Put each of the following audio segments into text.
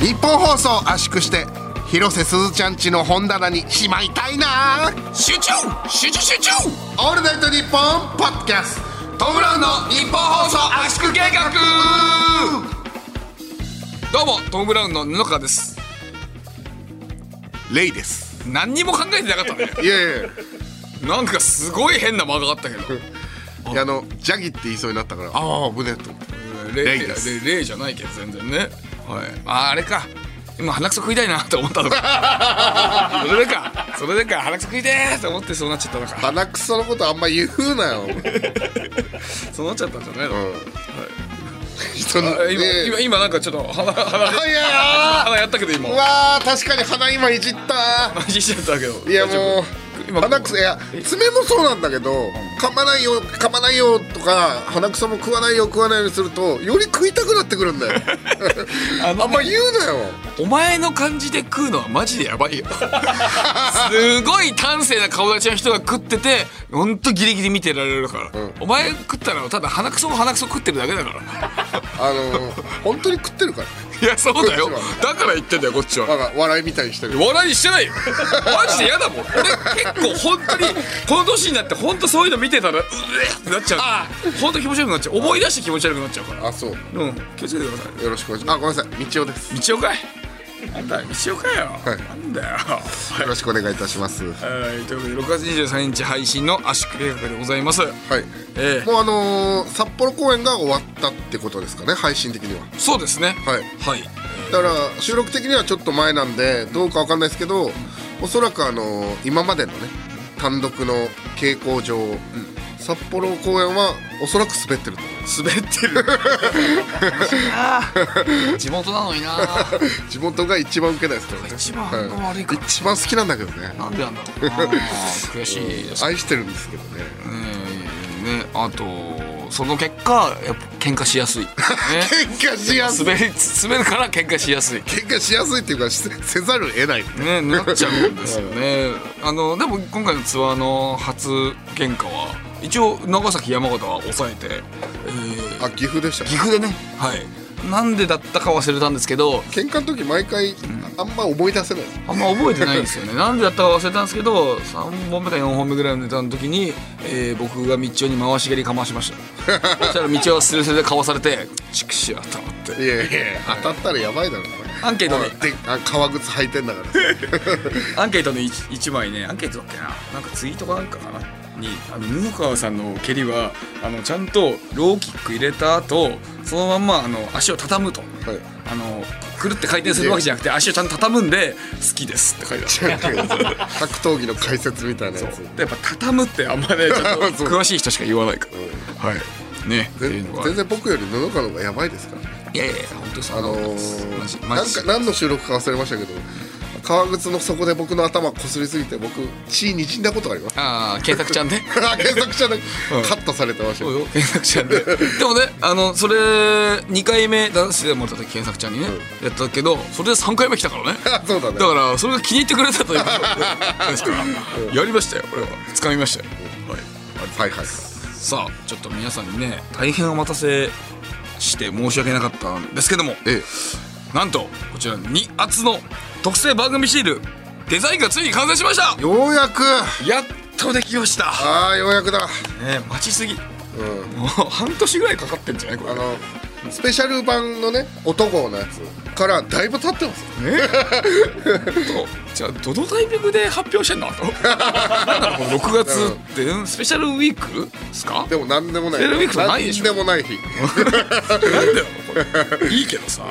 日本放送圧縮して広瀬すずちゃんちの本棚にしまいたいな集中集中集中オールナイトニッポンポッドキャストトム・ブラウンの日本放送圧縮計画どうもトム・ブラウンの布川ですレイです何にも考えてなかっ たねいやいやいなんかすごい変な間があったけどやいやあのジャギって言いそうになったからああ危ねえと思って例例です例じゃないけど全然ねはいああれか今鼻くそ食いたいなと思ったのかそれでかそれでか鼻くそ食いてーと思ってそうなっちゃったのか鼻くそのことあんま言うなよ、そうなっちゃったんじゃないの、 人のあ今ねえ今今なんかちょっと鼻鼻あいや 鼻やったけど今 ーうわー確かに鼻今いじったマジしちゃったけどいや大丈夫もう今鼻くそいや爪もそうなんだけど噛まないよ噛まないよとか鼻くそも食わないよ食わないようにするとより食いたくなってくるんだよあ あのねんま言うなよお前の感じで食うのはマジでやばいよすごい端正な顔立ちの人が食っててほんとギリギリ見てられるから、お前食ったらただ鼻くそも鼻くそ食ってるだけだからあのー本当に食ってるからいやそうだよこっちだから言ってんだよこっちはなんか笑いみたいにしてる笑いにしてないよマジで嫌だもん俺結構本当にこの年になって本当そういうの見てたらうえってなっちゃう本当気持ち悪くなっちゃう思い出して気持ち悪くなっちゃうからあそうようん気をつけてくださいろしくお願いしますあごめんなさい道夫です道夫かいなんだよ道夫かよ、いなんだよよろしくお願いいたしますははい、ということで6月23日配信の圧縮計画でございます、いええもうあのー札幌公演が終わったってことですかね配信的にはそうですねはいはいだから収録的にはちょっと前なんでどうかわかんないですけどおそらくあの今までのね単独の傾向上、札幌公演はおそらく滑ってると思滑ってる 地元なのになう 地元が一番受けないですからね一番はい悪いから一番好きなんだけどねなんでなんだろう な悔しいですね愛してるんですけどねねあとその結果やっぱ 喧嘩しやすい、ね、喧嘩しやすい滑り滑るから喧嘩しやすい喧嘩しやすいっていうかせせざるを得ないねなっちゃうんですよねあのでも今回のツアーの初喧嘩は一応長崎山形は抑えて、えーあ岐阜でした岐阜でねはいなんでだったか忘れたんですけど喧嘩の時毎回あんま思い出せないですあんま覚えてないんです よねなんでだったか忘れたんですけど3本目か4本目ぐらいのネタの時に、えー僕が道夫に回し蹴りかましました そしたら道夫はスレスレでかわされてチクシやと思っていやいやいや当たったらやばいだろこれアンケートにであ革靴履いてんだからさアンケートの 1, 枚ねアンケートだっけななんかツイートかなんかかなにあの布川さんの蹴りはあのちゃんとローキック入れた後そのまんまあの足を畳むと、はいあのくるって回転するわけじゃなくて足をちゃんと畳むんで好きですって書いてあった違う違う格闘技の解説みたいなやつでやっぱ畳むってあんま ねちょっと詳しい人しか言わないから、はいねっていう全のが全然僕より布川の方がやばいですからいやいやいや本当にそあんなのことないですマジー、マなんジか何の収録か忘れましたけど革靴の底で僕の頭こすりすぎて僕血にじんだことがあります ああ警察ちゃんね検索者でカットされてました そようよ検索ちゃんで でもねあのそれ2回目男子でもらった時検索ちゃんにね、やったけどそれで3回目来た からねあそうだねだからそれが気に入ってくれたという ことでですからやりましたよこれは掴みましたよ、はい、はいはいさあちょっと皆さんにね大変お待たせして申し訳なかったんですけどもえなんとこちらに厚の特製番組シールデザインがついに完成しましたえようやくやっとできましたああようやくだね待ちすぎもうんう半年ぐらいかかってんじゃないこれあのスペシャル版のね音号のやつからだいぶ経ってますよとじゃあどのタイミングで発表してんの となんだろうこの6月ってうんスペシャルウィークですかでも何でもないセールウィークとないでしょ何でもない日なんだよこれいいけどさ、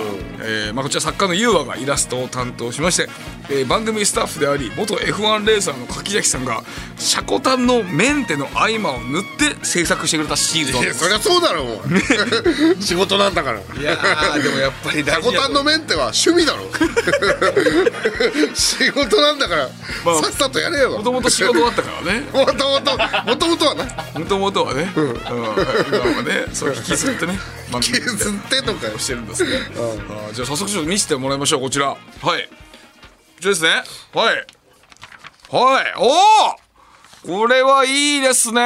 えーまあ、こちら作家の優和がイラストを担当しまして、えー番組スタッフであり元 F1 レーサーの柿崎さんが車庫端のメンテの合間を塗って制作してくれたシールドいでやすそりゃそうだろもう仕事なんだからいやーでもやっぱりタ大コ事タだンとのメンテは趣味だろ仕事なんだから、まあさっさとやれよもともと仕事だったからねもともともともとはなもともとはね、うん、今はねそう引きずってね番組削ってとかよしてるんですね。あーじゃあ早速ちょっと見せてもらいましょうこちら。はい。こちらですね。はい。はい。おお。これはいいですね。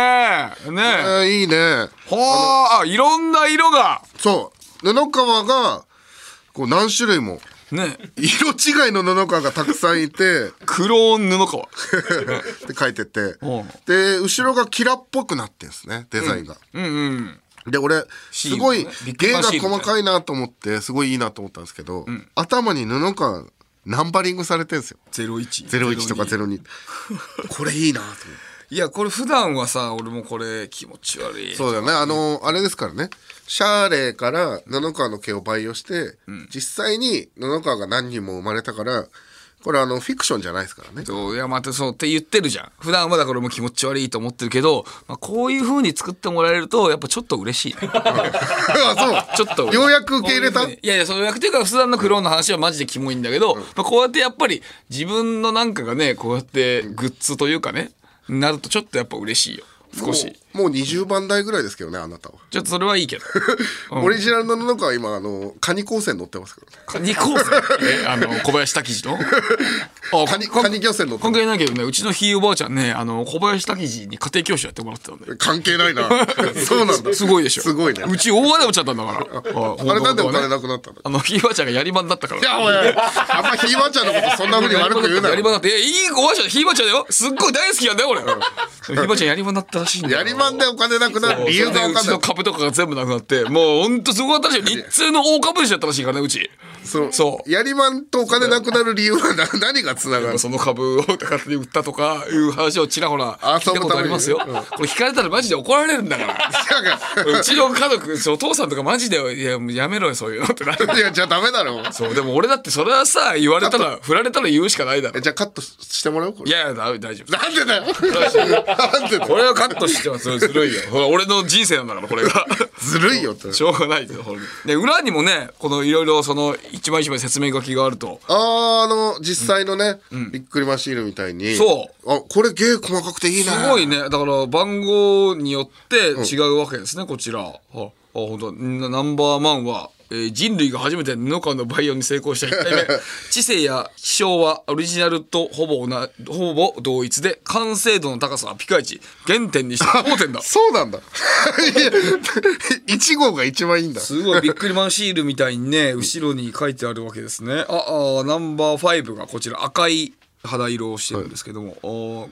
えね。ーいいねはあ。いろんな色が。そう布川がこう何種類もね色違いの布川がたくさんい て黒布 川って書いててうんで後ろがキラっぽくなってんですねデザインが、うんうんで俺シすールごいねビッグ芸バンがシールみたいな細かいなと思ってすごいいいなと思ったんですけど、頭に布川ナンバリングされてんですよ01 01とか02 これいいなと思っていやこれ普段はさ俺もこれ気持ち悪いそうだよねあのあれですからねシャーレーから七川の毛を培養して、実際に七川が何人も生まれたからこれあのフィクションじゃないですから ねそういやまたそうって言ってるじゃん普段はだから俺も気持ち悪いと思ってるけど、まあ、こういう風に作ってもらえるとやっぱちょっと嬉しいねあちょっとそうようやく受け入れたこういう風にいやいやそうようやくっていうか普段のクローンの話はマジでキモいんだけど、まあ、こうやってやっぱり自分のなんかがねこうやってグッズというかねなるとちょっとやっぱ嬉しいよ少しもうもう20番台ぐらいですけどねあなたは、ちょっとそれはいいけどオリジナルの七川は今あのカニ高専乗ってますからね二高生 えあの小林滝次のあカニカニ漁船乗って関ます係ないけどねうちのひいおばあちゃんねあの小林滝次に家庭教師やってもらってたんだよ関係 ないなそうなんだすごいでしょすごいねうち大金持ちだったんだからあ あれなんでお金だなくなったんだあのひいおばあちゃんがやり番だったからいやおいあんまひいばちゃんのことそんなふうに悪く言うなやりよ番だったいやいいおばあちゃんひいおばあちゃんだよすっごい大好きなんだよ 俺ひいおばあちゃんやり番だったらしいんだよやりまんでお金なくなる理由が分うかちんなのい株とかが全部なくなってもうほんとすごかったらしいよ日通の大株主だったらしいからねうちそうそうやりまんとお金なくなる理由はな何がつながるその株を高値に売ったとかいう話をちらほらあ聞いたことありますよ。そのこれ聞かれたらマジで怒られるんだ から。うちの家族、そうお父さんとかマジで、いや、もうやめろよ、そういうのってなる。いやじゃあダメだろそう、でも俺だってそれはさ、言われたら、振られたら言うしかないだろえ。じゃあカットしてもらおうこいれやいや、だ大丈夫。なんでだよなんでだよこれはカットしてはずるいよ。ほら、俺の人生なんだから、これ が。ずるいよってしょうがないよ、ほんとで、裏にもね、このいろいろその、一枚一枚説明書きがあると。あーあの実際のね、びっくりマシールみたいにそうあこれ芸細かくていいすな。ごいね。だから番号によって違うわけですね、こちら。あ、あ本当だなナンバーワンは、えー人類が初めて布川の培養に成功した1回目。知性や気象はオリジナルとほぼ同じほぼ同一で、完成度の高さはピカイチ。原点にして高点だそうなんだ1号が一番いいんだすごい、びっくりマンシールみたいにね、 後ろに書いてあるわけですね。あ、あナンバー5がこちら、赤い肌色をしてるんですけども、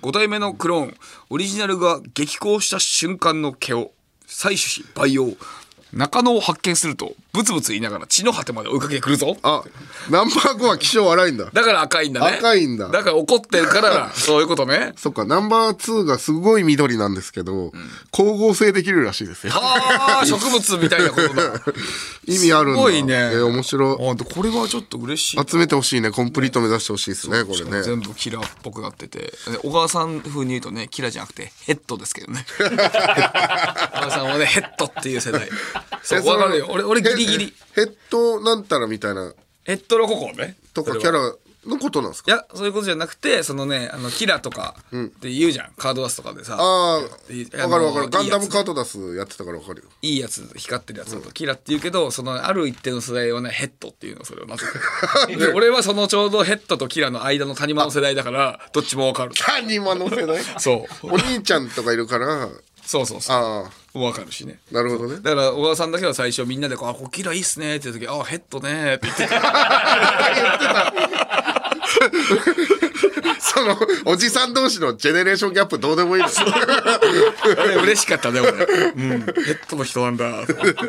5体目のクローン、オリジナルが激高した瞬間の毛を採取し、培養。中野を発見すると、ブツブツ言いながら血の果てまで追いかけてくるぞ。あナンバー5は気性荒いんだだから赤いんだね。赤いんだだから怒ってるから、そういうことね。そっかナンバー2がすごい緑なんですけど、光合成できるらしいですよあ あ、植物みたいなことだ。意味あるんだすごいねえー面白い あでこれはちょっと嬉しいな。集めてほしいねコンプリート目指してほしいですねこれね全部キラーっぽくなっててで小川さん風に言うとねキラじゃなくてヘッドですけど ね小川さんはねヘッドっていう 世代そえうそのわかるよ俺俺ギリギリヘッドなんたらみたいなヘッドの心ねとかそキれャはラのことなんですいかやそういうことじゃなくてそのねあのキラとかって言うじゃん、カードアスとかでさあいあわあのかるわかるガンダいいやムつカートダスやってたからわかるよいいやつ光ってるやつだとキラって言うけどそのある一定の世代はねヘッドっていうのそれをなぜか で俺はそのちょうどヘッドとキラの間の谷間の世代だからどっちもわかる何今の世代 そうお兄ちゃんとかいるからそうそうそうああわかるしねなるほどねだから小川さんだけは最初みんなでこう「あこキラいいっすね」って言う時「あヘッドね」って言ってた そのおじさん同士のジェネレーションギャップどうでもいい のあれ嬉しかったね俺、うん、ヘッドの人なんだと思って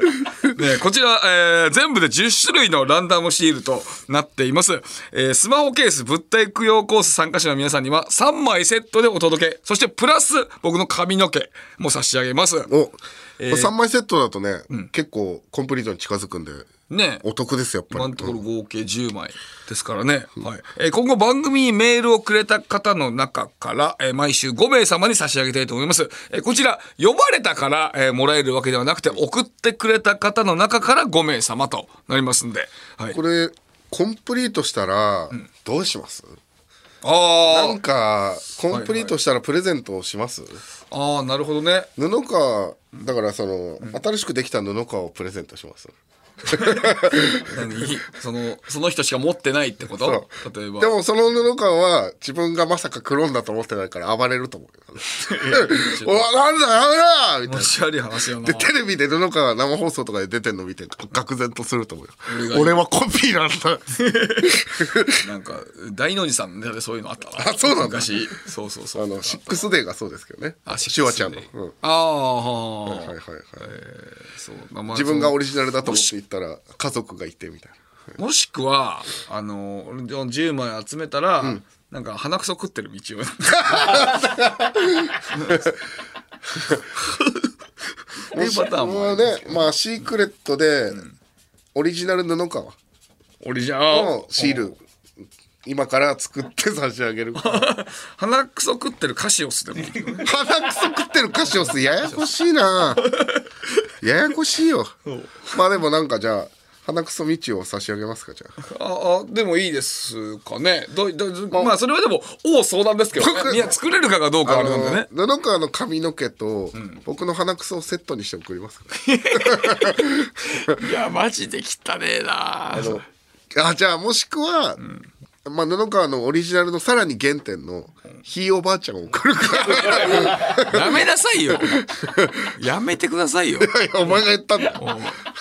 ねこちら、えー全部で10種類のランダムシールとなっています、えースマホケース物体供養コース参加者の皆さんには3枚セットでお届けそしてプラス僕の髪の毛も差し上げますお、3枚セットだとね、結構コンプリートに近づくんでねお得ですよやっぱ今りのところ合計10枚ですからね、はいえー今後番組にメールをくれた方の中から、えー毎週5名様に差し上げたいと思います、えーこちら読まれたから、えーもらえるわけではなくて送ってくれた方の中から5名様となりますんで、はい、これコンプリートしたらどうします、なあんかコンプリートしたらプレゼントをします、ーあーなるほどね布川だからその、新しくできた布川をプレゼントします何 そのその人しか持ってないってこそとう例え ばでもその布感は自分がまさか黒んだと思ってないから暴れると思う よ おいなんだやめろみたい持なち悪い話やなでテレビで布川が生放送とかで出てんの見て愕然とすると思うよ俺が俺はコピーなんだなんか大の字さんでそういうのあったわあそうなんだ昔そうそうそうあのシックスデーがそうですけどねあシュワちゃんの、うんああ、はいはいはいはいそうまあまあ自分がオリジナルだと思って行ったら家族がいてみたいなもしくはあの俺の10枚集めたら、なんか鼻くそ食ってる道を っていうパターンもあるもねまあシークレットで、オリジナル布川俺じゃあのシール今から作って差し上げる鼻くそ食ってるカシオスでもいいけどね鼻くそ食ってるカシオスややこしいなややこしいよまあでもなんかじゃあ鼻くそ道を差し上げますかじゃあああでもいいですかねどいどいまあそれはでも王相談ですけどね僕いや作れるかがどうかはあれなんでねあの布川の髪の毛と、僕の鼻くそをセットにして送りますからいやマジで汚ねえなあのあじゃあもしくは、まあ、布川のオリジナルのさらに原点のひいおばあちゃんを送るから やめなさいよやめてくださいよいやお前が言ったんだ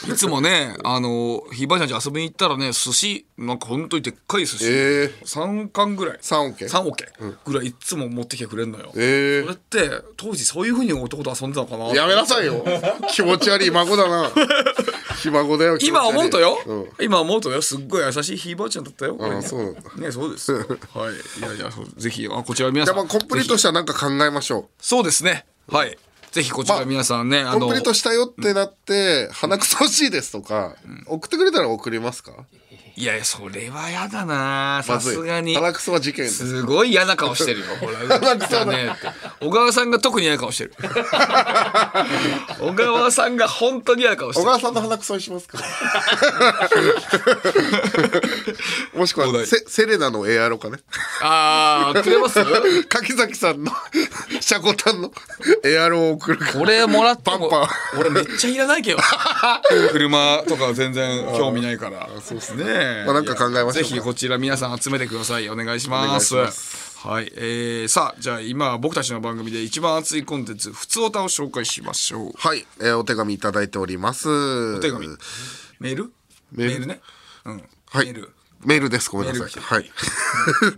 いつもね、あの、ひいばあちゃんち遊びに行ったらね、寿司、なんか本当にでっかい寿司。ええ3巻ぐらい。三オケ3オケぐらいいつも持ってきてくれんのよ。ええそれって、当時そういうふうに男と遊んでたのかなやめなさいよ気持ち悪い孫だな ひ孫だよ気持ち悪い今思うとよ、うん今思うとよすっごい優しいひいばあちゃんだったよああそうなんだねそう ですよはいいやいやそうぜひあこちら皆じさゃあまあんコンプリートしたらなんか考えましょそうですねはいぜひこちら皆さんね、うあコンのプリートしたよってなって鼻くそ欲しいですとか送ってくれたら送りますかいやいやそれはやだなまさずいすがに鼻くそは事件ですすごい嫌な顔してるよ。ほ ら、鼻くそだだねって。小川さんが特に嫌な顔 してる。小川さんが本当に嫌な顔して小る。川さんの鼻くそにします かもしくどうだはいセセレナのエアロかねあー、くれます 柿崎さんの シャコタンのエアロを送るか俺もらってもパン俺めっちゃいらないけど 車とか全然興味ないからそうですねえまあなんか考えましょうかぜひこちら皆さん集めてくださいお願いしお願まいしすますはい、えー、さあじゃあ今僕たちの番組で一番熱いコンテンツ「ふつおた」を紹介しましょうはい、えーお手紙いただいておりますおお手紙メールメールねうんはいメールメールです。ごめんなメさーい。ルはい。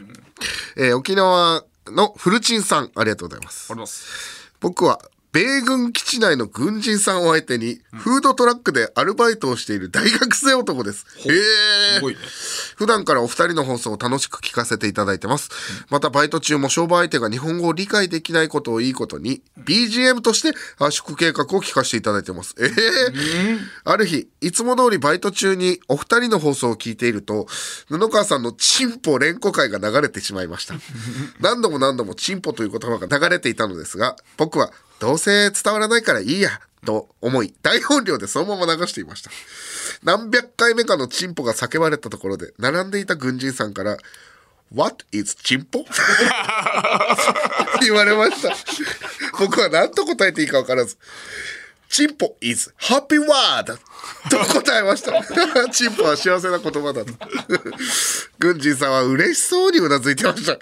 えー沖縄のフルチンさん、ありがとうございますあ。ります僕は、米軍基地内の軍人さんを相手に、フードトラックでアルバイトをしている大学生男です。へすえごいね普段からお二人の放送を楽しく聞かせていただいてます。またバイト中も商売相手が日本語を理解できないことをいいことに、BGM として圧縮計画を聞かせていただいてます。ええある日、いつも通りバイト中にお二人の放送を聞いていると、布川さんのチンポ連呼会が流れてしまいました。何度も何度もチンポという言葉が流れていたのですが、僕はどうせ伝わらないからいいや、と思い、大音量でそのまま流していました。何百回目かのチンポが叫ばれたところで、並んでいた軍人さんから、What is チンポって 言われました。僕は何と答えていいか分からず、チンポ is happy word! と答えました。 チンポは幸せな言葉だと。軍人さんは嬉しそうにうなずいてました。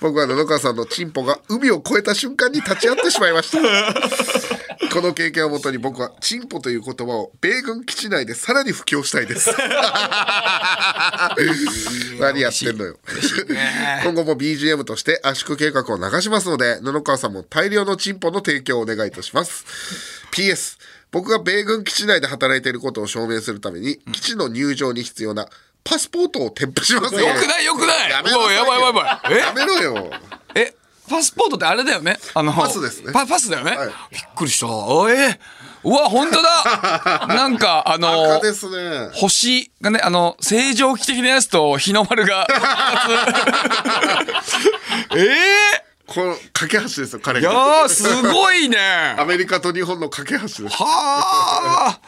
僕は野々川さんのチンポが海を越えた瞬間に立ち会ってしまいました。この経験をもとに僕はチンポという言葉を米軍基地内でさらに布教したいです何やってんのよ 今後も BGM として圧縮計画を流しますので布川さんも大量のチンポの提供をお願いいたします PS 僕が米軍基地内で働いていることを証明するために基地の入場に必要なパスポートを添付しますよよくないよくないやめろおいやばいやばいやばいやめろよええパスポートってあれだよねあのパスですねパパスだよね、はいびっくりしたおえうわ本 当だなんかあの赤ですね星がねあの正常期的なやつと日の丸が えこの架け橋ですよ彼えいやがーすごいねアメリカと日本の架け橋ですはあ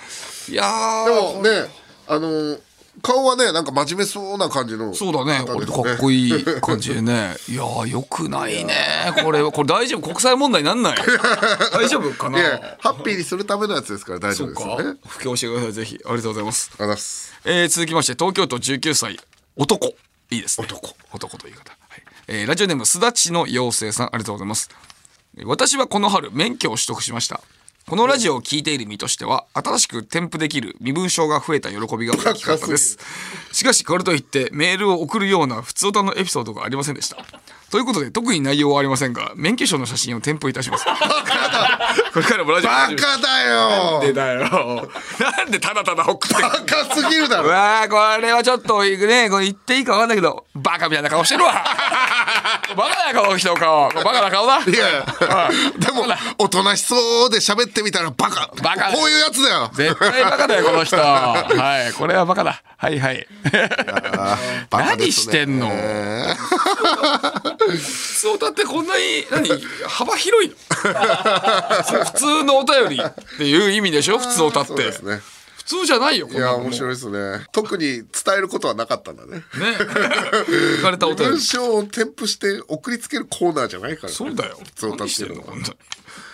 いやーでもねあのー顔はねなんか真面目そうな感じのそうだね方俺ですかっこいい感じでねいやーよくないねこれこれ大丈夫国際問題になんない 大丈夫かないやハッピーにするためのやつですから大丈そ夫ですよねあうかりがとう布教してくださいぜひありがとうございます、ございますえー続きまして東京都19歳男いいですね男男という方、はいえーラジオネームすだちの妖精さんありがとうございます私はこの春免許を取得しましたこのラジオを聞いている身としては新しく添付できる身分証が増えた喜びが大きかったですしかしこれといってメールを送るような普通歌のエピソードがありませんでしたということで特に内容はありませんが免許証の写真を添付いたします これからもラジオをバ始めカだてよだよ なんでただただ送ってくるバカすぎるだ うろわあこれはちょっとねこれ言っていいか分かんないけどバカみたいな顔してる わバカな顔人顔バカな顔だいやいやでもおとなしそうで喋ってみたらバカバカだよこういうやつだよ絶対バカだよこの人はいこれはバカだはいはい バカで何すしねてんのそうだってこんなに何幅広いの 普通のお便りっていう意味でしょ普通を歌って、そうですね普通じゃないよこん いなやのも面ね白いですね特に伝えることはなかったんだね聞かれたお便り文章を添付して送りつけるコーナーじゃないからね、そうだよ。そうだ何っしててるんのこんなに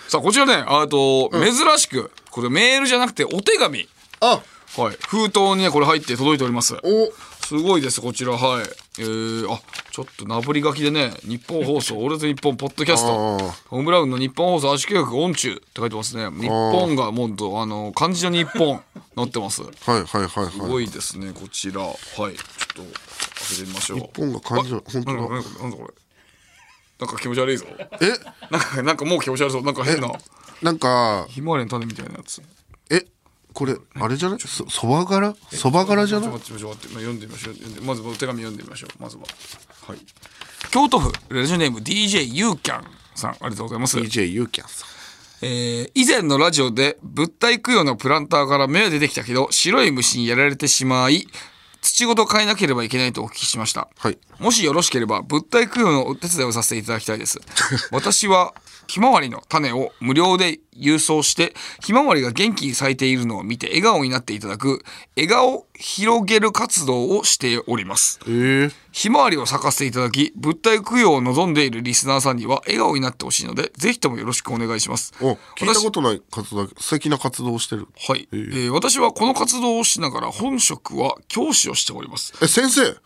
さあこちらね、あと、珍しくこれメールじゃなくてお手紙。あはい、封筒にねこれ入って届いておりますおすごいですこちらはいえー、あちょっとなぶり書きでね日本 放送俺と日本ポッドキャスあトーホームラウンの日本放送圧縮学音中って書いてますね日本がもっとあの漢字の日本 なってますすはいはいはいはいごいですねこちらはいちょっと開けてみましょう日本が漢字の本当だなんかなんだこれなんか気持ち悪いぞえなんか、 なんかもう気持ち悪そう。なんか変な、なんかひまわりの種みたいなやつ。ちょえこれあれじゃないそそば柄そば柄じゃっとない待って、ちょっと待って、まあ、読んでみましょう。読んでまずお手紙読んでみましょう。まずは。はい。京都府、ラジオネーム DJ ユーキャンさん、ありがとうございます。 DJ ユーキャンさんえー以前のラジオで物体供養のプランターから芽が出てきたけど白い虫にやられてしまい土ごと変えなければいけないとお聞きしました、はいもしよろしければ物体供養のお手伝いをさせていただきたいです 私はひまわりの種を無料で郵送してひまわりが元気に咲いているのを見て笑顔になっていただく笑顔広げる活動をしておりますえー、ひまわりを咲かせていただき物体供養を望んでいるリスナーさんには笑顔になってほしいのでぜひともよろしくお願いしますお聞いたことない活動だけど素敵な活動をしてる私はい、えー私はこの活動をしながら本職は教師をしておりますえ先生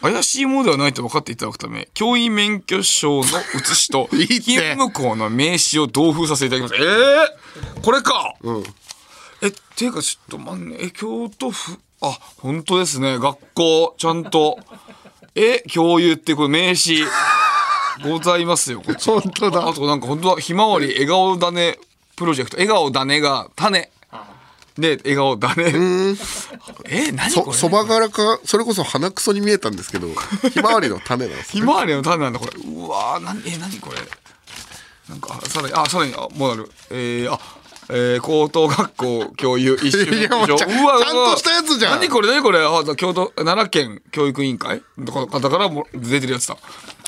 怪しいものではないと分かっていただくため教員免許証の写しと いいって勤務校の名刺を同封させていただきますええー、これか、うんえっていうかちょっとまんねえ京都府あ本当ですね学校ちゃんとえ教諭ってこれ名刺ございますよこっち本当だあとなんか本当はひまわり笑顔だねプロジェクト笑顔だねが種で笑顔だねえ何こそれそば柄かそれこそ鼻くそに見えたんです けどひまわりの種なんですひまわりの種なんだこれうわーなんえ何これなんかさらにあさらにあもうなるえー、あえー、高等学校教諭一周いやもうちゃんちゃんとしたやつじゃん何これ何これあ京都奈良県教育委員会の方からも出てるやつだ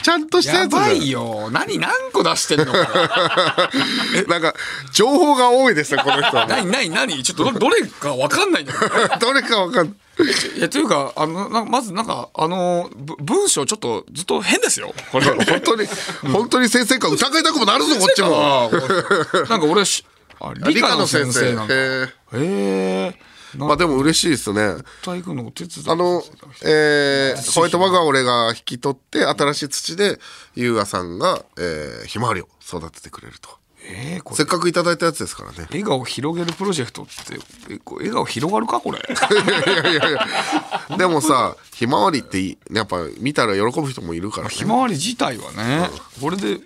ちゃんとしたややつじゃばんいよ何何個出してんのこれなんか情報が多いですねこの人 は 何何何ちょっとどどれか分かんないんだけどどれかわかんないいやというかあのなまずなんかあのぶ文章ちょっとずっと変ですよこれ本当に本当に先生か疑いたくもなるぞこっちもあーなんか俺しあ理科の先生なんだへへええまあでも嬉しいですね体育のお手伝いあのえー、ホワイトバガーを俺が引き取って新しい土で優雅さんが、えー、ひまわりを育ててくれるとえーこれせっかくいただいたやつですから ね笑顔広げるプロジェクトってえこう笑顔広がるかこれ いやいやいやでもさひまわりっていいやっぱ見たら喜ぶ人もいるから、ねひ、まわり自体はねこれでね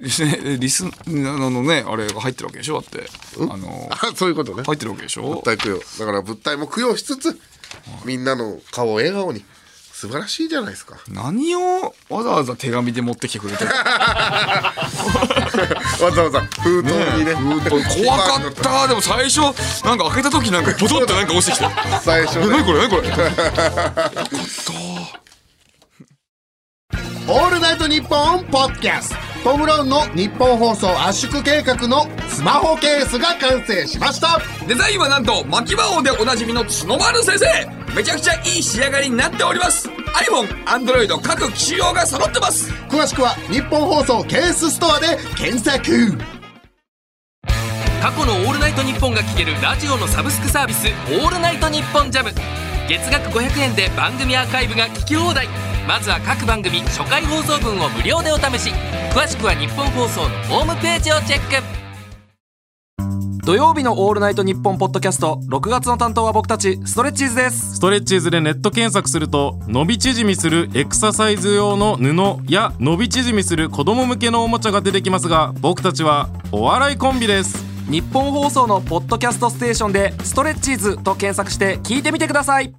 リスナーのねあれが入ってるわけでしょだってあ のあ そういうことね入ってるわけでしょ物体供養だから物体も供養しつつみんなの顔を笑顔に素晴らしいじゃないで すか何をわざわざ手紙で持ってきてくれてるわざわざ封筒にね 怖かったでも最初なんか開けた時なんかポトってなんか落ちてき た最初えね何これ何これ「オールナイトニッポン」ポッドキャストトム・ブラウンの日本放送圧縮計画のスマホケースが完成しましたデザインはなんと巻き魔王でおなじみの角丸先生めちゃくちゃいい仕上がりになっております iPhone、Android 各機種用が揃ってます詳しくは日本放送ケースストアで検索過去の「オールナイトニッポン」が聴けるラジオのサブスクサービス「オールナイトニッポンジャム月額500円で番組アーカイブが聞き放題まずは各番組初回放送分を無料でお試し詳しくは日本放送のホームページをチェック土曜日の「オールナイトニッポン」ポッドキャスト6月の担当は僕たちストレッチーズですストレッチーズでネット検索すると伸び縮みするエクササイズ用の布や伸び縮みする子供向けのおもちゃが出てきますが僕たちはお笑いコンビです日本放送のポッドキャストステーションで「ストレッチーズ」と検索して聞いてみてください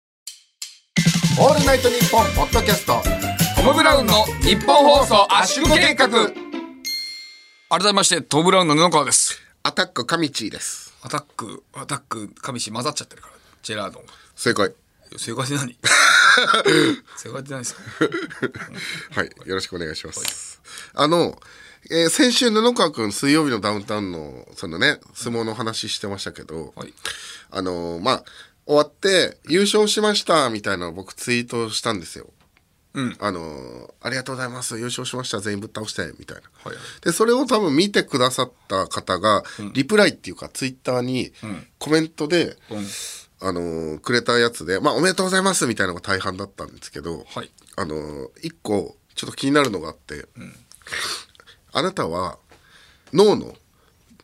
「オールナイトニッポン」ポッドキャストトム・ブラウンの日本放送圧縮計画改めましてトム・ブラウンの布川ですアタック上地ですアタックアタック上地混ざっちゃってるからジェラードンが正解正解って 何正解って何ですかはいよろしくお願いしますあの、えー先週布川君水曜日のダウンタウンのそのね相撲の話してましたけど、はいあのまあ終わって優勝しましたみたいなのを僕ツイートしたんですようんあのありがとうございます優勝しました全員ぶっ倒してみたいな、はいはいでそれを多分見てくださった方が、リプライっていうかツイッターにコメントで、あのくれたやつで、まあ、おめでとうございますみたいなのが大半だったんですけど、はいあの一個ちょっと気になるのがあって、あなたは脳の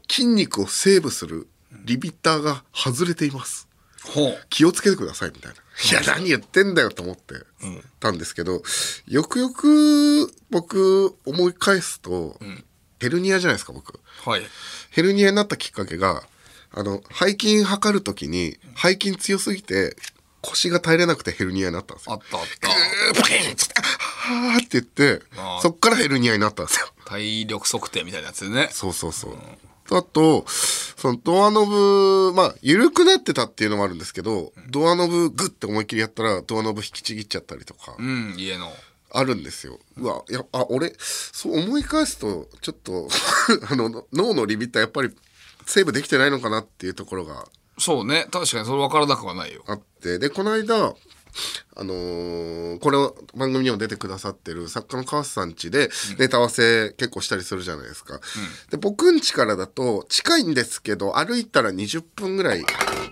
筋肉をセーブするリビッターが外れています。ほう気をつけてくださいみたいな。いや、何言ってんだよと思ってたんですけど、よくよく僕思い返すと、ヘルニアじゃないですか、僕。はいヘルニアになったきっかけが、あの、背筋測るときに、背筋強すぎて、腰が耐えれなくてヘルニアになったんですあよっ。たあっうーパキンっつって、はーって言ってあ、ーそっからヘルニアになったんですよ。た体力測定みたいなやつでねそうそうそう。あと、そのドアノブ、まあ、緩くなってたっていうのもあるんですけど、ドアノブグッて思いっきりやったら、ドアノブ引きちぎっちゃったりとか、うん家のあるんですよ。うわ、いや、あ、俺、そう思い返すと、ちょっと、 あの、脳のリビッターやっぱり、セーブできてないのかなっていうところがそうね確かにそれ分からなくはないよあって、で、この間、あのーこれを番組にも出てくださってる作家の川瀬さん家でネタ合わせ結構したりするじゃないですか。で、僕ん家からだと近いんですけど、歩いたら20分ぐらい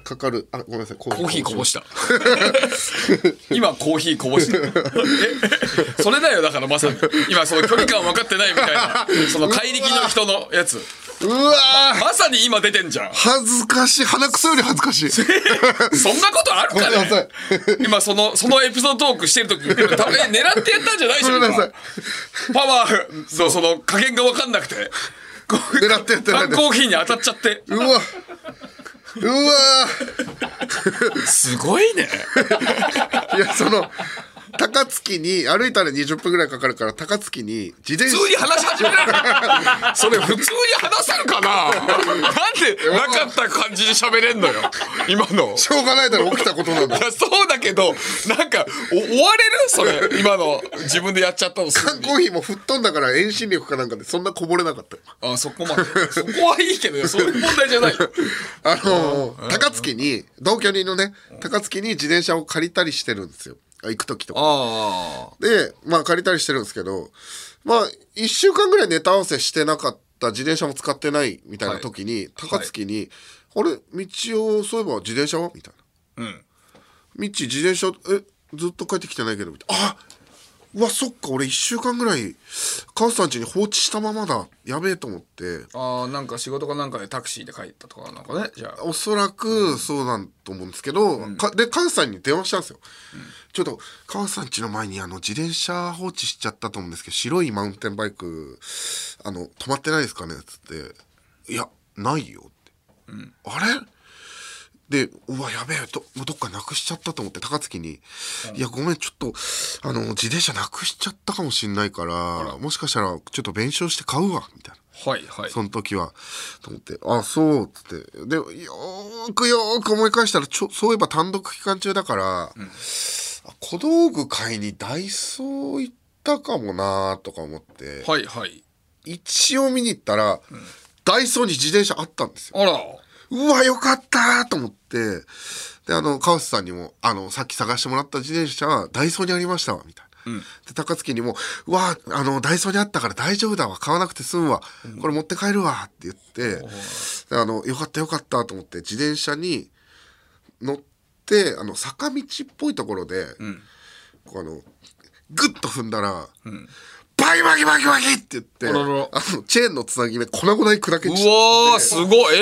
かかる。あ、ごめんなさい、コ。コーヒーこぼしたた今コーヒーこぼしたえそれだよだからまさに今その距離感分かってないみたいなその怪力の人のやつうわーまさに今出てんじゃん恥ずかしい。鼻くそより恥ずかしい。そんなことあるかごめんなさねい今そのそのエピソードトークしてる時多分狙ってやったんじゃないでしょごめんなさい今パワーのその加減が分かんなくてこう狙ってやってない缶ですコーヒーに当たっちゃってうわうわすごいねーいや、その、高槻に、歩いたら20分ぐらいかかるから、高槻に自転車普通に話し始められる それ普通に話せるかななんでなかった感じで喋れんのよ今のしょうがないだろ、起きたことなんだい。やそうだけどなんかお追われるそれ今の自分でやっちゃったのすぐ缶にコーヒーも吹っ飛んだから遠心力かなんかでそんなこぼれなかったよあそこまでそこはいいけどよそういう問題 じゃないよあのー高槻に同居人のね高槻に自転車を借りたりしてるんですよ行く時とかあでまあ借りたりしてるんですけどまあ1週間ぐらいネタ合わせしてなかった自転車も使ってないみたいな時に、高槻に「あれ道をそういえば自転車は?」みたいなあうん「道自転車えずっと帰ってきてないけど」みたいな「あうわそっか俺1週間ぐらい母さん家に放置したままだやべえ」と思って。ああなんか仕事かなんかでタクシーで帰ったとかなんかねじゃあおそらくそうなんと思うんですけど、かで関西に電話したんですよ、ちょっと川さん家の前にあの自転車放置しちゃったと思うんですけど白いマウンテンバイクあの止まってないですかねっつって「いやないよ」って、あれで、うわ、やべえ、ど、もうどっかなくしちゃったと思って、高槻に、いや、ごめん、ちょっと、あの、自転車なくしちゃったかもしんないから、もしかしたら、ちょっと弁償して買うわ、みたいな。はいはいその時は。と思って、あ、そう、っつって。で、よーくよーく思い返したら、ちょ、そういえば単独期間中だから、あ小道具買いにダイソー行ったかもなーとか思って、はいはい一応見に行ったら、ダイソーに自転車あったんですよあらうわよかったーと思ってであの川瀬さんにもあの「さっき探してもらった自転車はダイソーにありましたわ」みたいな。で高槻にも「うわあのダイソーにあったから大丈夫だわ買わなくて済むわこれ持って帰るわ」って言って、であのよかったよかったと思って自転車に乗ってあの坂道っぽいところで、こうあのグッと踏んだら「バキバキバキバキ!」って言ってあららあのチェーンのつなぎ目粉々に砕けう散ってわーすごい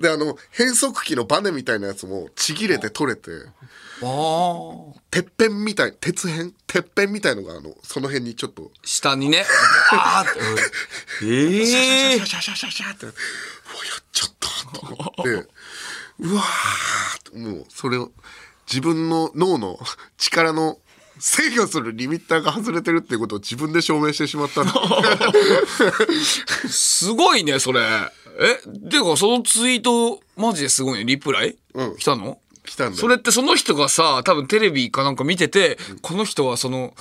えであの変速機のバネみたいなやつもちぎれて取れてあーてっぺんみたい鉄片てっぺんみたいのがあのその辺にちょっと下に ねあーええシャシャシャシャってうわやっちゃったと思ってうわーってもうそれを自分の脳の力の制御するリミッターが外れてるっていうことを自分で証明してしまっ たんですごいねそれえていうかそのツイートマジですごいねリプライ、うん来たの来たんだよそれってその人がさ多分テレビかなんか見てて、この人はその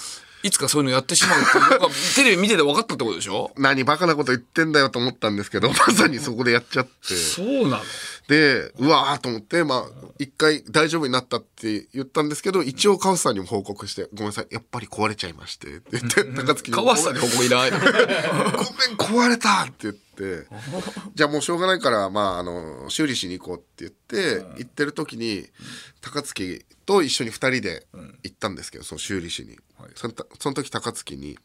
いつかそういうのやってしまうっていうのが テレビ見てて分かったってことでしょ何バカなこと言ってんだよと思ったんですけどまさにそこでやっちゃってそうなのでうわーと思ってまあ一回大丈夫になったって言ったんですけど一応川瀬さんにも報告して「ごめんなさいやっぱり壊れちゃいまして」って言って高槻に川瀬さんにごめん誇りないごめん壊れた!」って言って「じゃあもうしょうがないから、まあ、あの修理しに行こう」って言って行ってる時に高槻と一緒に2人で行ったんですけどその修理しに、そのその時高槻に「い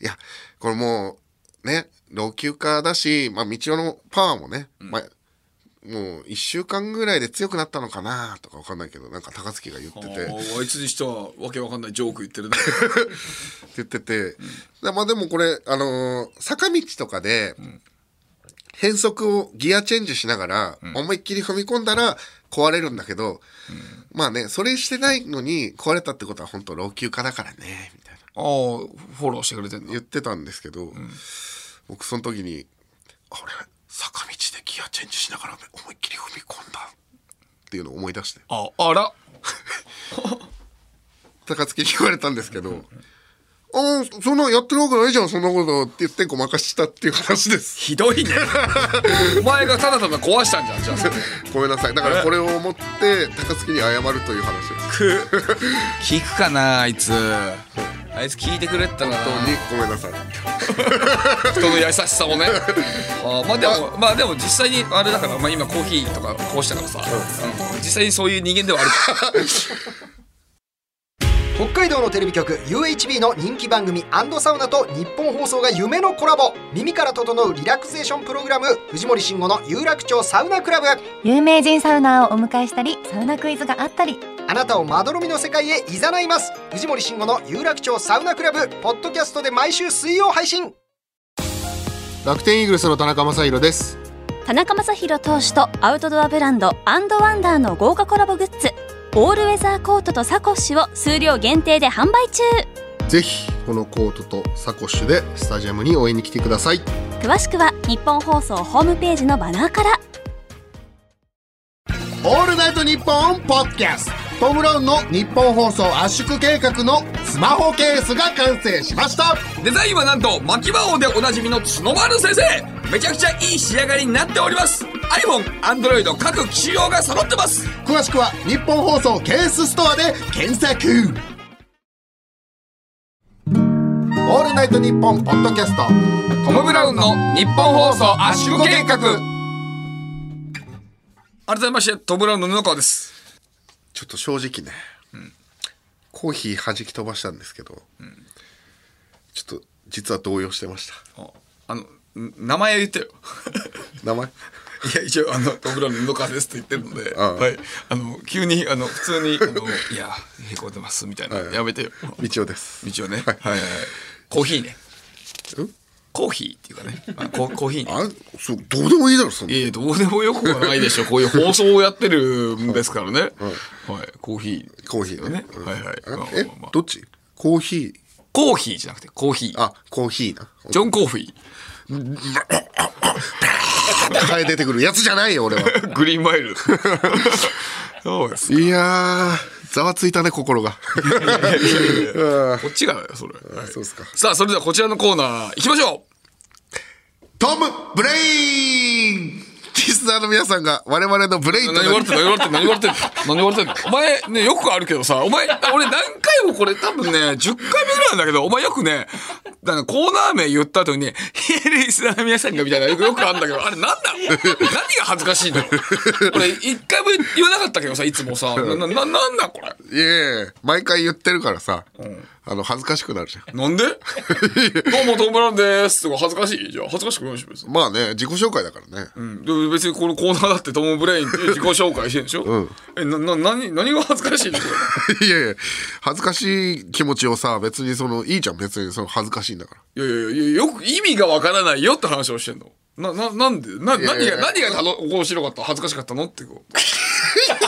やこれもうね老朽化だし、まあ、道夫のパワーもね、まあもう1週間ぐらいで強くなったのかなとか分かんないけどなんか高槻が言っててあいつにしてはわけわかんないジョーク言ってるねって言ってて、でまあでもこれ、あのー坂道とかで、変速をギアチェンジしながら、思いっきり踏み込んだら壊れるんだけど、まあね、それしてないのに壊れたってことは本当老朽化だからね、みたいな ああフォローしてくれてんの言ってたんですけど、僕その時に、あれ、坂道でギアチェンジしながら思いっきり踏み込んだっていうのを思い出して、ああら高槻に言われたんですけど、ああ、そんなやってるわけないじゃん、そんなことって言ってごまかしたっていう話です。ひどいね お前がただただ壊したんじゃんじゃあごめんなさいだからこれを思って高槻に謝るという話です 聞くかなあいつあいつ聞いてくれてたらな本当にごめんなさい人の優しさ もねあーまあでもまあでも実際にあれだから、まあ、今コーヒーとかこうしたからさ、うん実際にそういう人間ではあるから北海道のテレビ局 UHB の人気番組サウナと日本放送が夢のコラボ耳から整うリラクゼーションプログラム藤森慎吾の有楽町サウナクラブ有名人サウナーをお迎えしたりサウナクイズがあったりあなたをまどろみの世界へいざないます藤森慎吾の有楽町サウナクラブポッドキャストで毎週水曜配信楽天イーグルスの田中将大です田中将大投手とアウトドアブランドアンドワンダーの豪華コラボグッズオールウェザーコートとサコッシュを数量限定で販売中ぜひこのコートとサコッシュでスタジアムに応援に来てください詳しくは日本放送ホームページのバナーから「オールナイトニッポン」ポッドキャストトム・ローンの日本放送圧縮計画のスマホケースが完成しましたデザインはなんと巻き魔王でおなじみの角丸先生めちゃくちゃいい仕上がりになっております iPhone、Android 各機種用が揃ってます詳しくは日本放送ケースストアで検索「オールナイトニッポン」ポッドキャストトム・ブラウンの日本放送圧縮計画改めましてトム・ブラウンの布川ですちょっと正直ね、コーヒー弾き飛ばしたんですけど、ちょっと実は動揺してましたああのん名前言ってよ名前いや一応あのトム・ブラウンの布川ですって言ってるので、ああはい、あの急にあの普通にあの「いやへこんでます」みたいな、はいやめてよ道夫です道をね、はいはいはい、コーヒーねコーヒーっていうかねあココーヒーねあそうどうでもいいだろそんないやいやどうでもよくはないでしょこういう放送をやってるんですからね、はいコーヒーコーヒーねね、はいはいあまあまあえまあどっちコーヒーコーヒーじゃなくてコーヒーあコーヒーなジョン・コーヒーえ出てくるやつじゃないよ俺はグリーンマイル。そうです。いやざわついたね心が うんこっちがだよそれ、はいそうっすかさあそれではこちらのコーナー行きましょトム・ブレインリスナーの皆さんが我々のブレインとう 何な言われりてんの何言われてんの何言われてんの何言われてんのお前ねよくあるけどさお前俺何回もこれ多分ね10回目ぐらいなんだけどお前よくねなんかコーナー名言った後にね「ヒリスナーの皆さんが」みたいなよくよくあるんだけどあれ何なの何が恥ずかしいの俺一回も言わなかったけどさいつもさなななんだこれいえいえ毎回言ってるからさ、あの恥ずかしくなるじゃんなんでどうもトム・ブラウンですとか恥ずかしいじゃあ恥ずかしくないでしょ別にまあね自己紹介だからね、うんでも別にこのコーナーだってトム・ブレインっていう自己紹介してるでしょ、えなな何何が恥ずかしいのこいやいや恥ずかしい気持ちをさ別にそのいいじゃん別にその恥ずかしいんだかられいやいやいやよく意味がわからないよって話をしてんのなななんでな何がいやいや何が楽面白かった恥ずかしかったのってこう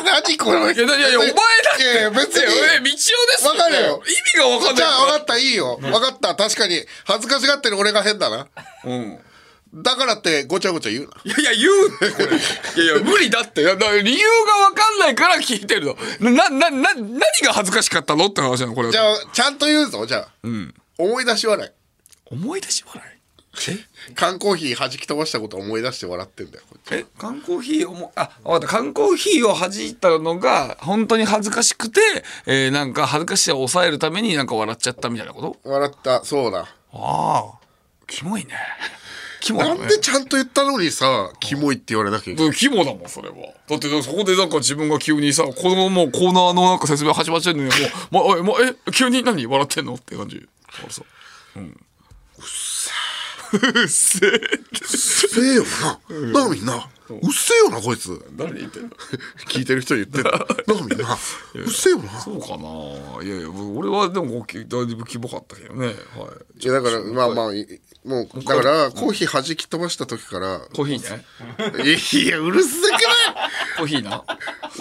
何これいやいやいやお前だっていやいや別にえ道夫ですよわかるよ意味がわかんないじゃあ分かったいいよ分かった確かに恥ずかしがってる俺が変だなうん、だからってごちゃごちゃ言うないやいや言うってこれいやいや無理だっていやだから理由がわかんないから聞いてるのななな何が恥ずかしかったのって話なのこれじゃあちゃんと言うぞじゃあ、思い出し笑い思い出し笑い缶コーヒー弾き飛ばしたこと思い出して笑ってんだよこっちえ缶コーヒーをもあわかった缶コーヒーを弾いたのが本当に恥ずかしくて、えーなんか恥ずかしさを抑えるためになんか笑っちゃったみたいなこと笑ったそうだああキモいねキモいなねんでちゃんと言ったのにさキモいって言われなきゃいけないうんキモだもんそれはだってそこでなんか自分が急にさこのもうコーナーのなんか説明始まっちゃうのにもう、ま、おいもうえ急に何笑ってんのって感じだからさうんうっせうっせうっせえよななあみんなうっせえよなこいつ誰言ってんの聞いてる人に言ってたなあみんなうっせえよなそうかないやいや俺はでもきだいぶキモかったけどねはいいやだからまあまあいいもうだからコーヒー弾き飛ばした時からコーヒーね。いやうるさコーヒーな。く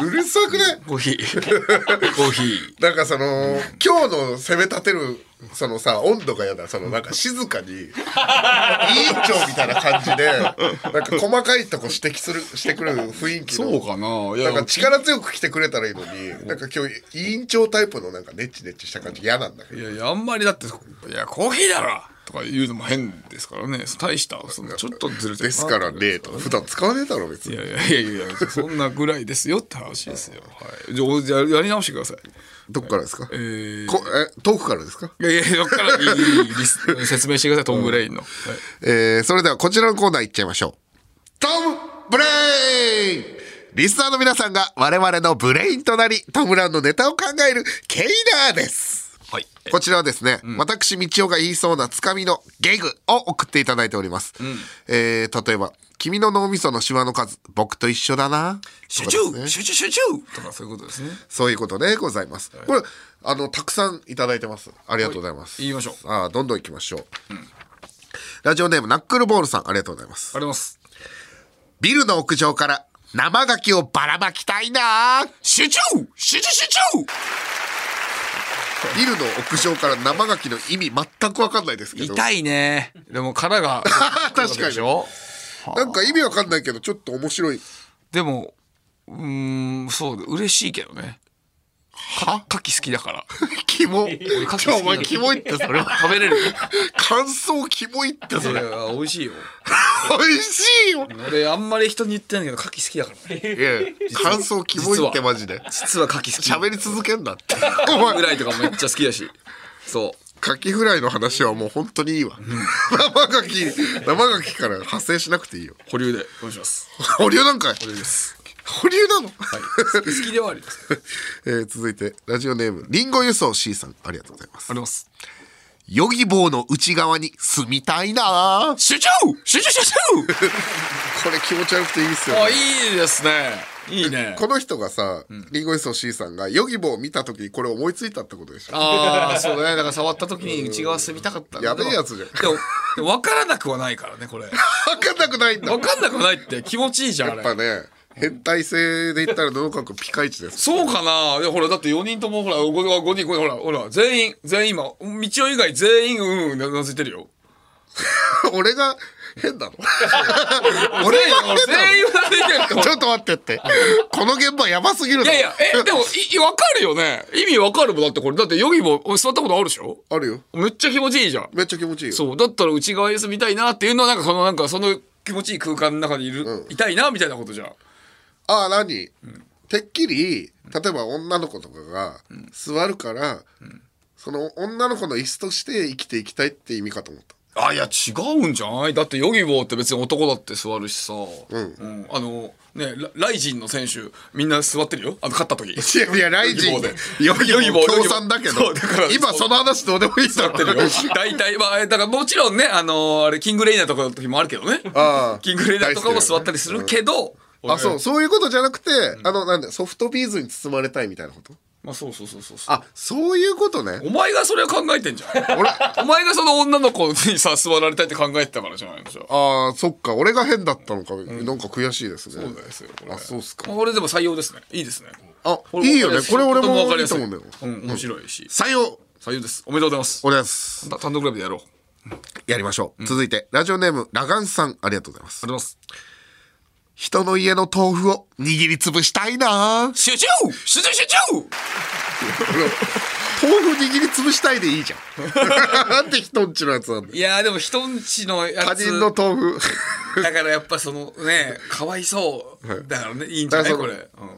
ないうるさくないコーヒー。 コーヒー。なんかその今日の攻め立てるそのさ温度が嫌だそのなんか静か に委員長みたいな感じでなんか細かいとこ指摘するしてくる雰囲気のそうかな。いや、なんなかんか力強く来てくれたらいいのになんか今日委員長タイプのなんかネッチネッチした感じ嫌なんだけいどやいや、あんまりだって、いや、コーヒーだろとか言うのも変ですからね。大した、そのちょっとずれてるなですから。ねと普段使わねえだろ別いにやいやいやいやいや、そんなぐらいですよって話ですよ。はい。じゃあお、じゃあやり直してください。どっからですかえー、こえ遠くからですかいやいや、そっからいいいいリス 説明してください、トム・ブレインの。はいえー、それではこちらのコーナー行っちゃいましょう。トム・ブレインリスナーの皆さんが我々のブレインとなり、トム・ブラウンのネタを考えるケイナーです。はい。こちらはですね、私、道夫が言いそうなつかみのゲグを送っていただいております。えー、例えば、君の脳みそのシワの数、僕と一緒だな。集とかです中ね集中集中とかそういうことですね。そういうことでございます。これ、あの、たくさんいただいてます。ありがとうございます。はい言いましょうあーどんどん行きましょう。ラジオネーム、ナックルボールさん、ありがとうございますあ。ります。ビルの屋上から生牡蠣をばらまきたいな集中集中集中ビルの屋上から生牡蠣の意味全く分かんないですけど痛いねでも殻が確かでにしょなんか意味分かんないけどちょっと面白いでもうーんそう嬉しいけどねは牡蠣好きだ からキモ牡蠣好きちょお前キモいってそ れは食べれる感想キモいってそいれや美味しいよ美味しいよ俺あんまり人に言ってないんだけど牡蠣好きだからねいや感想キモいってマジで実は牡蠣好き喋り続けんなっておカキ前フライとかめっちゃ好きだし そうカキフライの話はもう本当にいいわ生牡蠣生牡蠣から派生しなくていいよ保留でお願いします保留なんかい保留です保留なのはい好き好きではあります えー続いてラジオネームリンゴ輸送 C さんありがとうございますありますヨギボーの内側に住みたいなあ集中集中集中これ気持ち悪くていいっすよね、あいいですねいいねこの人がさ、リンゴ輸送 C さんがヨギボーを見た時にこれ思いついたってことでしょああそうねだから触った時に内側住みたかったんだやべえやつじゃんでもでも分からなくはないからねこれ分かんなくないんだ分かんなくはないって気持ちいいじゃんあやっれぱね変態性で言ったらどの角ピカイチですそうかないやほらだって4人ともほら 5, 五人これほらほら全員全員今道夫以外全員うんうんうなずいてるよ俺が変なの俺が変なの全員裏でいける かちょっと待ってって。この現場やばすぎるいやいや、え、でも、い、わかるよね。意味わかるもん。だってこれ、だってヨギも俺座ったことあるでしょあるよ。めっちゃ気持ちいいじゃん。めっちゃ気持ちいいよ。そう。だったら内側に住みたいなっていうのは、なんかその、なんかその気持ちいい空間の中にいる、うんいたいな、みたいなことじゃん。ああ、何、てっきり、例えば女の子とかが座るから、その女の子の椅子として生きていきたいって意味かと思った。あ、いや、違うんじゃないだってヨギボーって別に男だって座るしさ。うんあの、ね、ラライジンの選手、みんな座ってるよ。あの、勝った時。いやいや、ライジン、ヨギヨギボーボーでヨギボー共産だけそどうだから、今その話どうでもいいだ座ってるろよ。大体、まあ、えだからもちろんね、あのあれ、キングレイナーとかの時もあるけどね。ああキングレイナーとかも座ったりするけど、あ、そう、そういうことじゃなくて、あの、なんだよソフトビーズに包まれたいみたいなことまあそうそうそうそうそう。あ、そういうことね。お前がそれを考えてんじゃん。俺、お前がその女の子にさ、座られたいって考えてたからじゃないのじゃあ。ああ、そっか、俺が変だったのか、なんか悔しいですね。そうですよ、これ。あ、そうっすか。これでも採用ですね。いいですね。あ、いいよね。これ俺もわかいりやいすとい思うんだよ。うん、面白いし。採用採用です。おめでとうございます。お願いします。単独ライブでやろう。ありやりましょう。続いて、ラジオネーム、ラガンさん、ありがとうございますがとう。ございます。人の家の豆腐を握りつぶしたいな集中集中集中豆腐握りつぶしたいでいいじゃん。 なんで人んちのやつなんだよ。いやーでも人んちのや他つ人の豆 腐。だからやっぱそのね かわいそうだからねいいんじゃないだこかれ、らうん、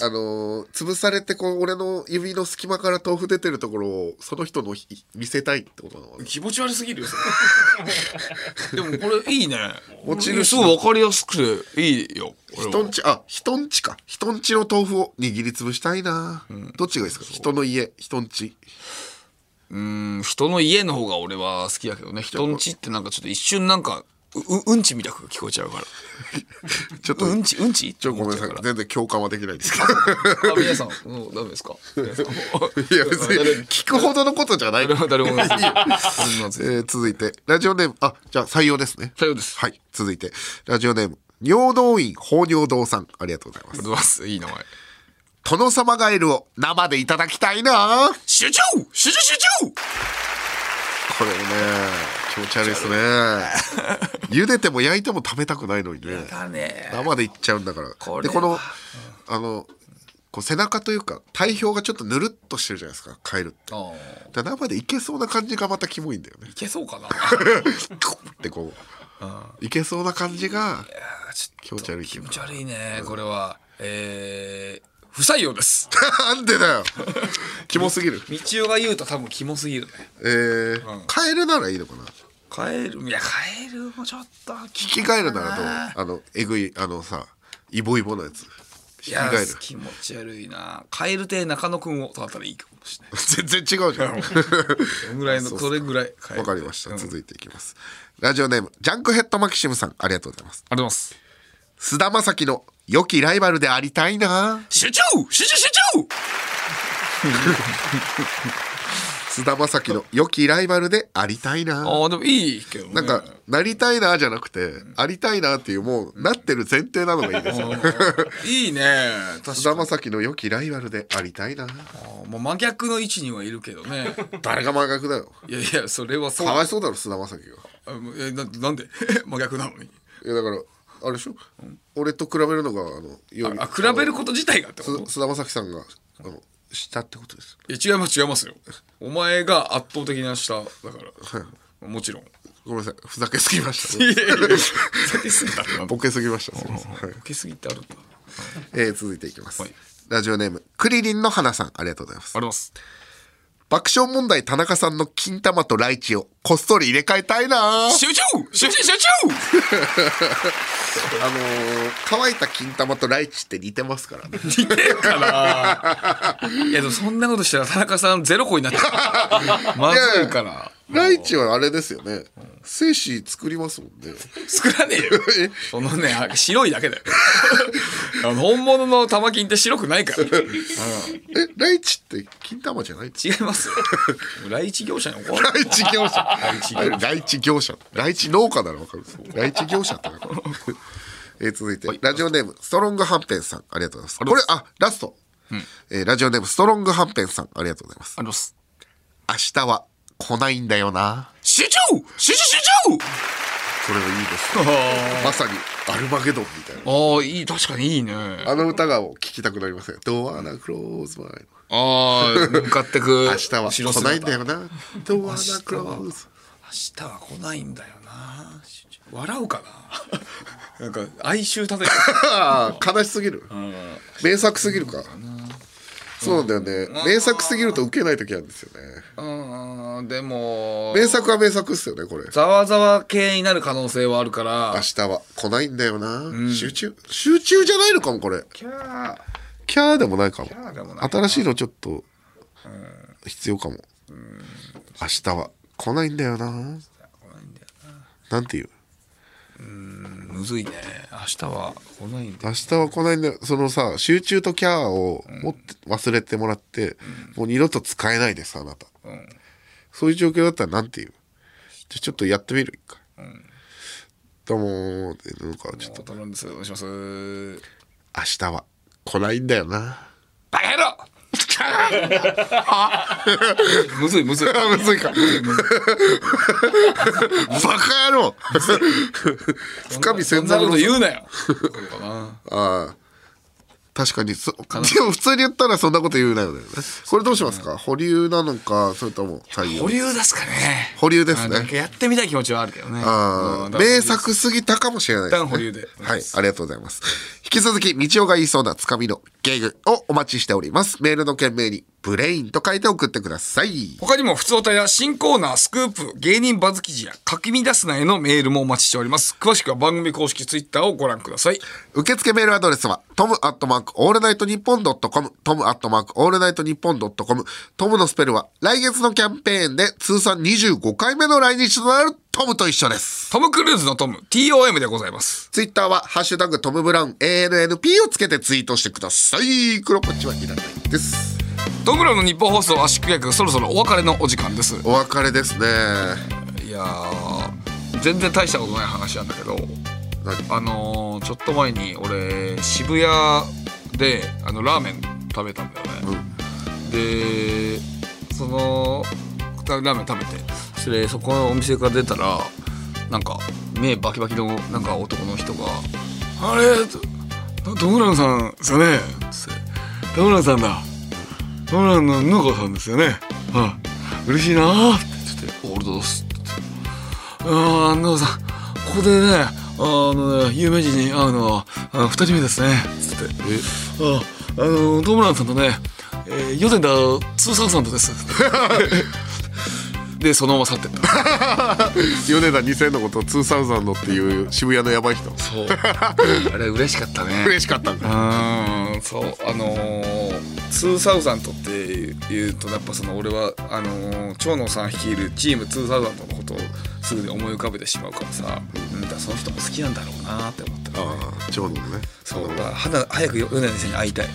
あのー潰されて、こう、俺の指の隙間から豆腐出てるところを、その人のひ見せたいってことなのかな気持ち悪すぎるよそ れでもこれいいね落ちるるすしごい分かりやすくていいよこれは人んち、あ、人んちか。人んちの豆腐を握りつぶしたいな、どっちがいいですか人の家、人んち。うん人の家の方が俺は好きだけどね人んちってなんかちょっと一瞬なんかうううんちみたく聞こえちゃうからちょっと、うんちうんちちょ、ごめんなさい思っ。ちゃ全然共感はできないですけど。 うからあ皆さんもうダメですか皆さんもいや、 別に聞くほどのことじゃない。誰も誰もいいよえー続いて、ラジオネーム、あ、じゃあ採用ですね。採用ですはい、続いて、ラジオネーム、尿道院放尿道さん、ありがとうございます。うわすいい名前殿様ガエルを生でいただきたいな集中集中集中これもね、気持ち悪いですね。茹でても焼いても食べたくないのにね。だね生でいっちゃうんだから。これで、この、あの、こう背中というか、体表がちょっとぬるっとしてるじゃないですか、カエルって。あだから生でいけそうな感じがまたキモいんだよね い。けそうかなってこう、いけそうな感じが 気持ち悪い気気持持ち悪いねこれはえー、不採用ですなんでだよ。キモすぎる。道夫が言うと多分キモすぎるねえーカエルならいいのかな。カエルいやカエルもちょっとヒキガエルならどうあの、えぐい、あのさ、イボイボのやつ。 いヒキやガエル。気持ち悪いなカエル亭中野くんをとかだったらいいかもしれない全然違うじゃん。そんぐらいのそれぐらいカエルわ亭かりました。うんありがとう続いていきます。ラジオネーム、ジャンクヘッドマキシムさん、ありがとうございます。ございます菅田将暉の良きライバルでありたいな集中集中集中菅田将暉の良きライバルでありたいなああでもいいけどねなんか、なりたいなじゃなくて、ありたいなっていう、もう、なってる前提なのがいいですよね。いいね確か菅田将暉の良きライバルでありたいなにもう真逆の位置にはいるけど ね誰が真逆だよ。いやいやそれはそかうわいそうだろ、菅田将暉が。あもうえななんで真逆なのにいや、だから、あれでしょ俺と比べるのが、あの、よりあ比べること自体がってことす菅田将暉さんが、あの、したってことです。いや違います違いますよお前が圧倒的な下だからもちろんごめんなさい、ふざけすぎま した。いやいやいや避けすぎたってなんだボケすぎました。すいませんはい避けすぎってあるんだあえー続いていきますはい。ラジオネーム、クリリンの花さん、ありがとうございます。ります爆笑問題田中さんの金玉とライチをこっそり入れ替えたいなあ集中集中集中のー乾いた金玉とライチって似てますからね。似てるかないやでもそんなことしたら田中さんゼロ個になっちゃ うまずいから ライチはあれですよね。精子作りますもん ね。作らねえよえそのねあ白いだけだよあの本物の玉金って白くないからえ、ライチって金玉じゃない違い ますよ来日業者に怒られる ライチ業者。チ業 ライチ業者。ライチ農家ならわかるんですよ。 ライチ業者ってなんか えー続いて、ラジオネーム、ストロングハンペンさん、ありがとうございます。これ、あ、ラスト。えーラジオネーム、ストロングハンペンさん、ありがとうございます。あります明日は来ないんだよな。集中集中集中それはいい ですねまさにアルマゲドンみたいなああいい確かにいいねあの歌が聴きたくなりません。ドアナクローズマイ。ああ向かって く明日は白来姿ないんだよな。ドアナクローズ。明日は来ないんだよな笑うかな なんか哀愁たててああ、悲しすぎる。名作すぎるか。そうなんだよね。名作すぎると受けない時あるんですよね。 うんでも名作は名作っすよね、これ。ざわざわ系になる可能性はあるから明日は来ないんだよな。集中。集中じゃないのかも、これ。キャーキャーでもないかもーでも。新しいのちょっと、必要かも。明日は来ないんだよな。なんていうむずいね明日は来ないんだ明日はこの間そのさ集中とキャーを持って忘れてもらって、もう二度と使えないですあなた、そういう状況だったらなんて言うじゃあちょっとやってみる一回、どうもーってなんかちょっとトトロンですお願いします明日は来ないんだよなバカ野郎むずいむずいあ むずいかバカ野郎深見そん千な三こと郎言うなよ ああ確かにそでも普通に言ったらそんなこと言うなよねこれどうしますか保留なのかそれとも採用保留ですかね保留ですねあなんかやってみたい気持ちはあるけどねあうんーだから名作すぎたかもしれないです、一旦保留ではい、ありがとうございます。引き続き、道夫が言いそうなつかみのゲームをお待ちしております。メールの件名に、ブレインと書いて送ってください。他にも、普通歌や新コーナー、スクープ、芸人バズ記事や、書き乱すなへのメールもお待ちしております。詳しくは番組公式ツイッターをご覧ください。受付メールアドレスは、トムアットマークオールナイトニッポンドットコム、トムアットマークオールナイトニッポンドットコム、トムのスペルは、来月のキャンペーンで通算25回目の来日となるトムと一緒です。トム・クルーズのトム、TOM でございます。ツイッターは、ハッシュタグトムブラウン ANNP をつけてツイートしてください。黒ポッチはいらないです。トムラの日本放送圧縮役、そろそろお別れのお時間です。お別れですね。いやー、全然大したことない話なんだけど、何あのー、ちょっと前に俺、渋谷で、あの、ラーメン食べたんだよね。でそのラーメン食べてそれでそこのお店から出たらなんか目バキバキのなんか男の人が「あれどトムランさんですよね」つって「トムランさんだトムランの布川さんですよねはい嬉しいなー」って言って「オールドドス」って言って「ああ布川さんここでねあのね有名人に会うのはあの二人目ですね」つって「ああのトムランさんとねえー、ヨゼンダ通算さんと です。で、そのまま去ってった。米田2000のこと2000のっていう渋谷のやばい人そう。あれ嬉しかったね。 嬉しかったんうだーん、そう、あのー、ツーサウザントっていうと、やっぱその俺は、あのー、長野さん率いるチームツーサウザントのことをすぐに思い浮かべてしまうからさ、うん、だからその人も好きなんだろうなって思った、ね。ああちょうどねそう、だからはな早く米田先生に会いたい。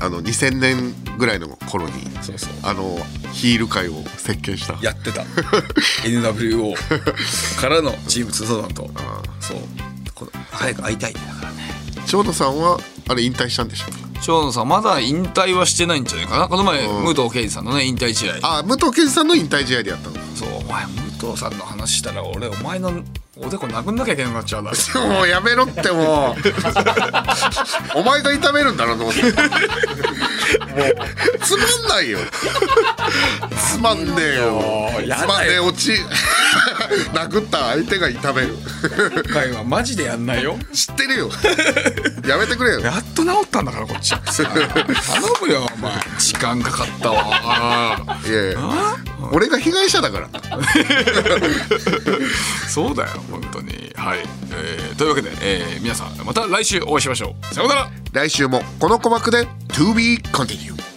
あの2000年ぐらいの頃にそうそう。あのヒール界を席巻したやって た NWO からのチーム通算とそうこの早く会いたいねだからね長野さんはあれ引退したんでしょう長野さんまだ引退はしてないんじゃないかなこの前武藤敬司さんのね引退試合ああ武藤健さんの引退試合でやったの そうお前武藤さんの話したら俺お前のおでこ殴んなきゃいけなくなっ ちゃうなもうやめろってもうお前が痛めるんだろうと思ってもうつまんないよつまんねえよつまんねえ落ち 殴った相手が痛める今回はマジでやんないよ知ってるよやめてくれよやっと治ったんだからこっ ちは頼むよお前時間かかったわいやいや俺が被害者だからそうだよ本当にはい、えーというわけで、えー皆さんまた来週お会いしましょうさようなら来週もこの鼓膜で To be continued